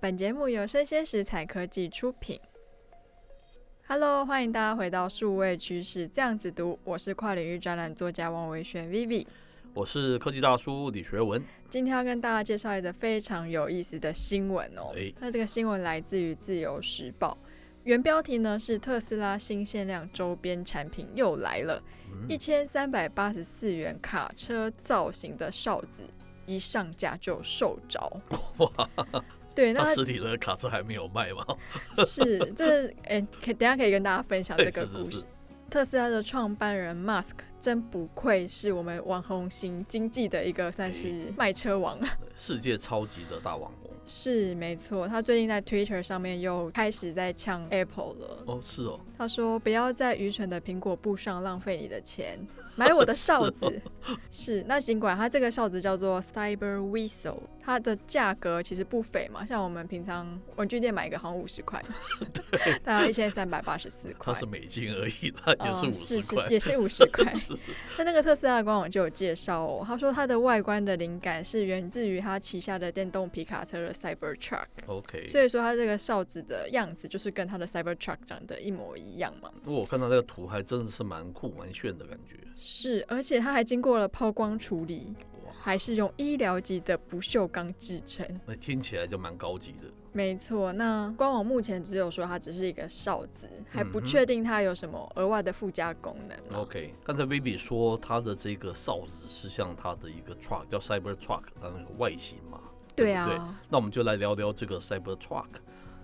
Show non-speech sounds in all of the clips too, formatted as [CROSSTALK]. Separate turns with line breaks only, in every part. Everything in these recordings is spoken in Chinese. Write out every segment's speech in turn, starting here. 本节目由生鲜食材科技出品。Hello，欢迎大家回到数位趋势这样子读，我是跨领域专栏作家王维轩 Vivi。
我是科技大叔李学文。
今天要跟大家介绍一则非常有意思的新闻哦。
哎
那这个新闻来自于《自由时报》，原标题呢是“特斯拉新限量周边产品又来了”，一千三百八十四元卡车造型的哨子一上架就售着。对，那
那
它
实体的卡车还没有卖吗？ [LAUGHS]
是，这哎、可等一下可以跟大家分享这个
哎是
故
是
事。
是
特斯拉的创办人 Musk 真不愧是我们网红型经济的一个算是卖车王， [LAUGHS]
世界超级的大网红
是没错。他最近在 Twitter 上面又开始在呛 Apple 了。
哦，是哦，
他说：“不要在愚蠢的苹果布上浪费你的钱，买我的哨
[LAUGHS]
子。是，那尽管它这个哨子叫做 Cyber Whistle，它的价格其实不菲嘛，像我们平常文具店买一个好像五十块，大概一千三百八十四块
它。是美金而已啦，也是
嗯
五十块
是。也是五十块。
[LAUGHS] 是
那那个特斯拉的官网就有介绍哦，他说它的外观的灵感是源自于他旗下的电动皮卡车的 Cybertruck，
OK，
所以说它这个哨子的样子就是跟它的 Cybertruck 长得一模一样嘛。
我看到那个图还真的是蛮酷蛮炫的感觉，
是，而且它还经过了抛光处理，
哇，
还是用医疗级的不锈钢制成。
那听起来就蛮高级的。
没错，那官网目前只有说它只是一个哨子，还不
嗯哼
确定它有什么额外的附加功能啦。
OK，刚才 Vivi 说它的这个哨子是像它的一个 truck 叫 Cyber Truck，它那个外形嘛。
对
不对
啊，
那我们就来聊聊这个 Cybertruck。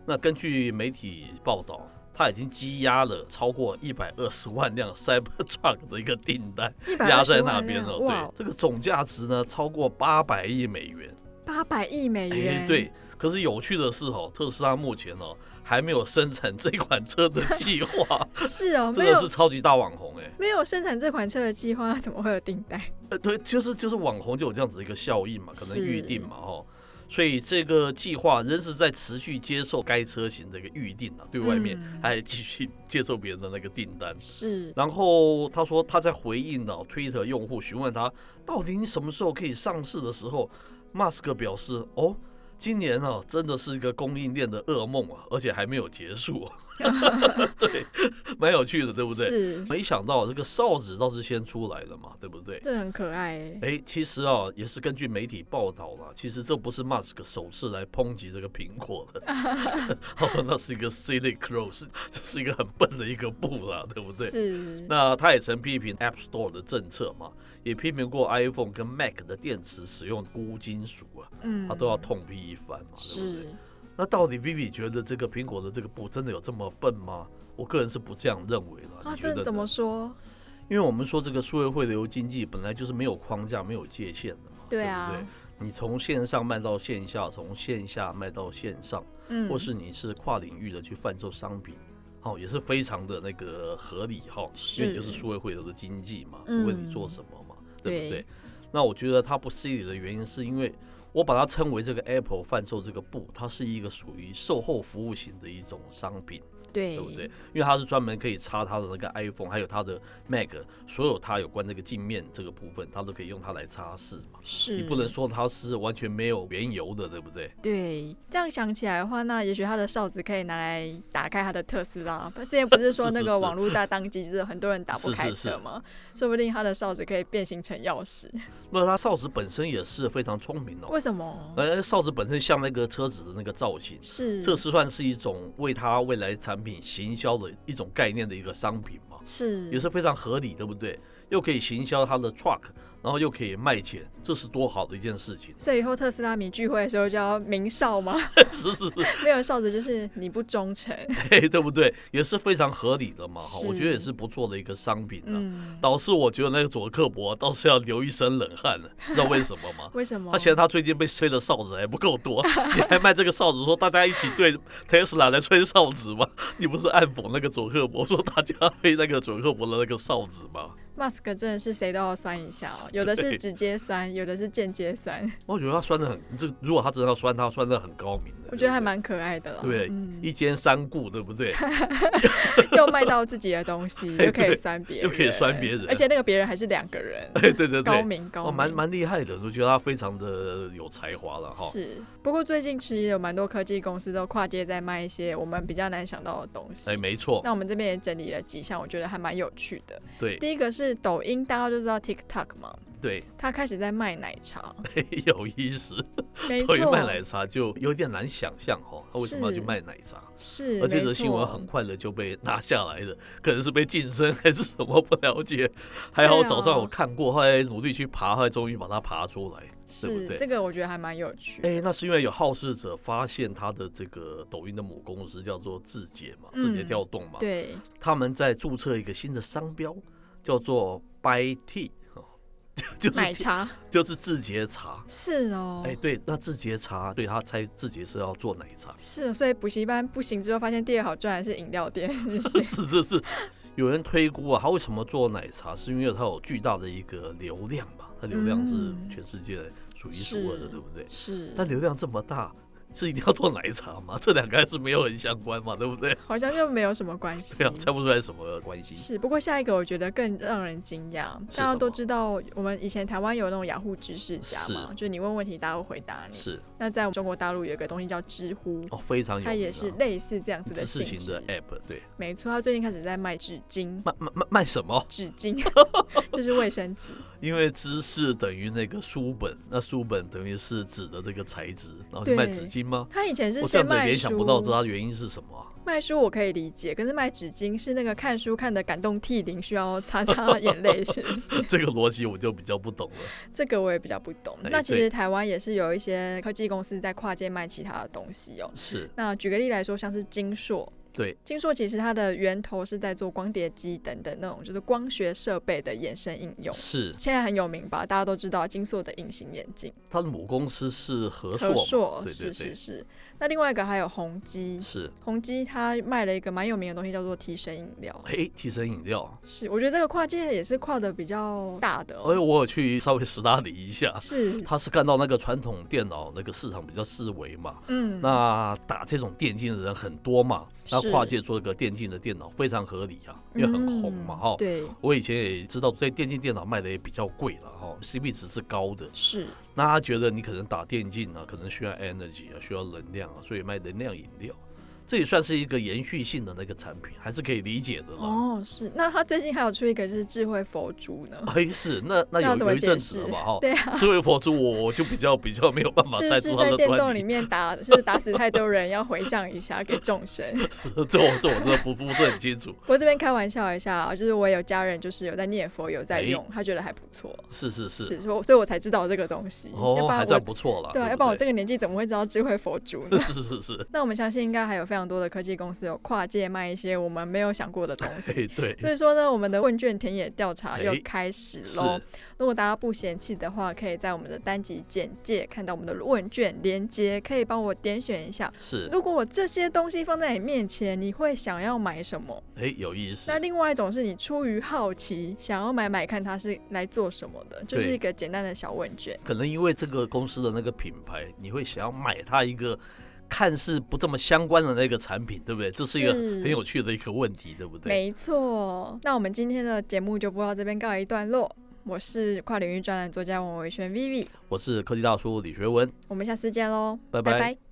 那根据媒体报道，它已经积压了超过一百二十万辆 [LAUGHS] Cybertruck 的一个订单，
一百
压
二十
在那
万
边
辆，
了。
哇哦
对，，这个总价值呢超过八百亿美元。
八百亿美元，
哎对。可是有趣的是哦，特斯拉目前哦还没有生产这款车的
[LAUGHS]
计划，
是哦，
[LAUGHS] 真
没
的是
有
超级大网红哎。
没有生产这款车的计划，那怎么会有订单？
呃，对，就是就是网红就有这样子一个效应嘛，可能
是
预定嘛，哦，所以这个计划仍是在持续接受该车型的一个预定啊，对外面、
嗯
还继续 [LAUGHS] 接受别人的那个订单。
是
然后他说他在回应呢、Twitter 用户询问他到底你什么时候可以上市的时候，马斯克表示哦。今年啊，真的是一个供应链的噩梦啊，而且还没有结束、 [LAUGHS] 啊。对， [LAUGHS] 蛮有趣的，对不对？
是，
没想到这个哨子倒是先出来了嘛，对不对？
这很可爱欸。
哎，其实啊，也是根据媒体报道啦，其实这不是 Musk 首次来抨击这个苹果的， [LAUGHS] 他说那是一个 silly crow，是这是一个很笨的一个步啦，对不对？
是嗯
那他也曾批评 App Store 的政策嘛，也批评过 iPhone 跟 Mac 的电池使用钴金属啊，
嗯
他都要痛批一番嘛，对不对？
是
那到底 Vivi 觉得这个苹果的这个步真的有这么笨吗？我个人是不这样认为了，
啊，
你觉得
这
呢？
怎么说？
因为我们说这个数位汇流经济本来就是没有框架、没有界限的嘛，
对
不
啊
对你从线上卖到线下，从线下卖到线上，
嗯，
或是你是跨领域的去贩售商品，好、也是非常的那个合理哈、因为你就是是数位汇流的经济嘛，
嗯
无论你做什么嘛，对不
对
对？那我觉得它不适宜的原因是因为。我把它称为这个 Apple 贩售这个布，它是一个属于售后服务型的一种商品。
对
对不对？？因为它是专门可以插它的那个 iPhone，还有它的 Mac，所有它有关这个镜面这个部分，它都可以用它来擦拭嘛。
是
你不能说它是完全没有缘由的，对不对？
对，这样想起来的话，那也许他的哨子可以拿来打开他的特斯拉。不之前不是说
是
那
是
个
是
网络大当机，就是很多人打不
是是
开
是
车吗？说不定他的哨子可以变形成钥匙。
那它哨子本身也是非常聪明哦，
为什么？
呃，哨子本身像那个车子的那个造型，
是
这是算是一种为它未来产品行销的一种概念的一个商品嘛，也
是！
是非常合理，对不对？又可以行销它的 truck，然后又可以卖钱，这是多好的一件事情
[LAUGHS] 所以以后特斯拉迷聚会的时候就要鸣哨吗？ [LAUGHS]
是是是，
没有哨子就是你不忠诚。
嘿，对不对？也是非常合理的嘛，哈，我觉得也
是
是不错的一个商品啊。
嗯，？
导致我觉得那个佐克伯倒是要流一身冷汗了，你知道为什么吗
为什么？
他嫌他最近被吹的哨子还不够
[LAUGHS]
多，你还卖这个哨子，说大家一起对 Tesla 来吹哨子吗？你不是暗讽那个佐克伯，说大家吹那个佐克伯的那个哨子吗？
Musk 真的是谁都要酸一下哦，有的是
对
直接酸，有的是间接酸。
我觉得他酸的很，这如果他真的要酸，他酸的很高明的。
我觉得还
对不对
蛮可爱的了。
对
嗯，
一间三顾，对
[LAUGHS]
不对？ [LAUGHS]
又卖到自己的东西，又可以酸别人，
又可以酸别人
而且那个别人还是两个人，
[LAUGHS] 对对对
高
对，
明高
哦，
明，
蛮蛮厉害的，我觉得他非常的有才华了哈。
是，不过最近其实有蛮多科技公司都跨界在卖一些我们比较难想到的东西。
哎，没错，哎
那我们这边也整理了几项，我觉得还蛮有趣的。
对
第一个是抖音，大家都知道 TikTok 嘛，
对，
它开始在卖奶
[LAUGHS]
茶，
有意思。
没错
所以，卖奶茶就有点难想象哈，他为什么要去
是
卖奶茶？
是，
哦而这则
没
新闻
错
很快的就被拿下来了，可能是被晋升还是什么不了解。还
啊
好早上我看过，后来努力去爬，后来终于把它爬出来。对不
是
对
这个，我觉得还蛮有趣的。
哎，那是因为有好事者发现他的这个抖音的母公司叫做字节嘛，字节
嗯
跳动嘛，
对，
他们在注册一个新的商标，叫做 By Tea 哦，就 [LAUGHS] 就
奶
是
茶
就是字节茶。
是哦，
哎，对，那字节茶，对他猜字节是要做奶茶。
是，所以补习班不行之后，发现第二好赚的是饮料
[LAUGHS]
店，
是是是，有人推估啊，他为什么做奶茶，是因为它有巨大的一个流量吧？它流量是
嗯
全世界数一数二的，
是
对不对？
是，
但流量这么大，是一定要做奶茶吗？ [LAUGHS] 这两个还是没有很相关嘛，对
[LAUGHS]
不对？
好像就没有什么关系。
对啊，猜不出来什么关系。
是，不过下一个我觉得更让人惊讶，
是
大家
什
都
么
知道我们以前台湾有那种雅虎知识家嘛，
是
就是你问问题，大家会回答你。
是
那在中国大陆有一个东西叫知乎，
哦，非常有
它
名
也
啊
是类似这样子的
知识
性
型
质
的。app，对，
没错，它最近开始在卖纸巾，
卖卖卖卖什么？
纸巾
[LAUGHS]
就是卫生纸，
因为知识等于那个书本，那书本等于是纸的这个材质，然后你
对
卖纸巾吗？
他以前是
我这
先
样子也
卖
联想不到
书，
它原因是什么啊、
卖书我可以理解，可是卖纸巾是那个看书看的感动涕零，需要擦擦眼泪，是不是？
[LAUGHS] 这个逻辑我就比较不懂了。
这个我也比较不懂。
哎
那其
对
实台湾也是有一些科技公司在跨界卖其他的东西哦。
是
那举个例来说，像是金硕，
对，
金硕其实它的源头是在做光碟机等等那种就是光学设备的衍生应用。
是
现在很有名吧？大家都知道金硕的隐形眼镜，
它的母公司是和硕
和
嘛，
硕
对
是
对
是
对，
是。那另外一个还有宏基，
是
宏基它卖了一个蛮有名的东西，叫做提神饮料。
哎，提神饮料。
是，我觉得这个跨界也是跨的比较大的、
哎，
哦。
我有去稍微实打理一下， [LAUGHS]
是，
他是看到那个传统电脑那个市场比较四维嘛，
嗯，
那打这种电竞的人很多嘛，那
是
跨界做一个电竞的电脑非常合理啊，因为很红嘛哦
嗯
哈、
对，
我以前也知道，在电竞电脑卖的也比较贵了哈、c p 值是高的。
是
那他觉得你可能打电竞啊，可能需要 energy 啊，需要能量啊，所以卖能量饮料，这也算是一个延续性的那个产品，还是可以理解的啦。
哦，是。那他最近还有出一个就是智慧佛珠呢，
哎，是那那
要
有
怎么
有一
解
阵子
释
了吧哈？
对啊，
智慧佛珠我我就比较比较没有办法
是
猜
不是
出它
在
的
电动
端
里
倪，
面打，就是打死太多人，要回向一下给众生？
[LAUGHS]
[LAUGHS]
这我这我真的不不是很清楚。
我这边开玩笑一下啊，就是我有家人就是有在念佛，有在用，他觉得还不错，
是是是，
是，所以所以我才知道这个东西，要
哦，
不
还
然
算
我。
不错了。
对啊，要不
不
然我这个年纪怎么会知道智慧佛珠呢？ [LAUGHS]
[LAUGHS] 是是是，
那我们相信应该还有非常多的科技公司有跨界卖一些我们没有想过的东
[LAUGHS]
西。
哎对，
[LAUGHS] 所以说呢，我们的问卷田野调查又
哎
开始
是
喽。如果大家不嫌弃的话，可以在我们的单集简介看到我们的问卷连接，可以帮我点选一下。
是，
如果我这些东西放在你面前，你会想要买什么？
哎有意思
那，另外一种是你出于好奇想要买买看它是来做什么的，就是
对
一个简单的小问卷。
可能因为这个公司的那个品牌，你会想要买它一个看似不这么相关的那个产品，对不对？这是一个
是
很有趣的一个问题，对不对？
没错，那我们今天的节目就播到这边告一段落。我是跨领域专栏作家王维轩 Vivi，
我是科技大叔李学文，
我们下次见喽，
拜拜
拜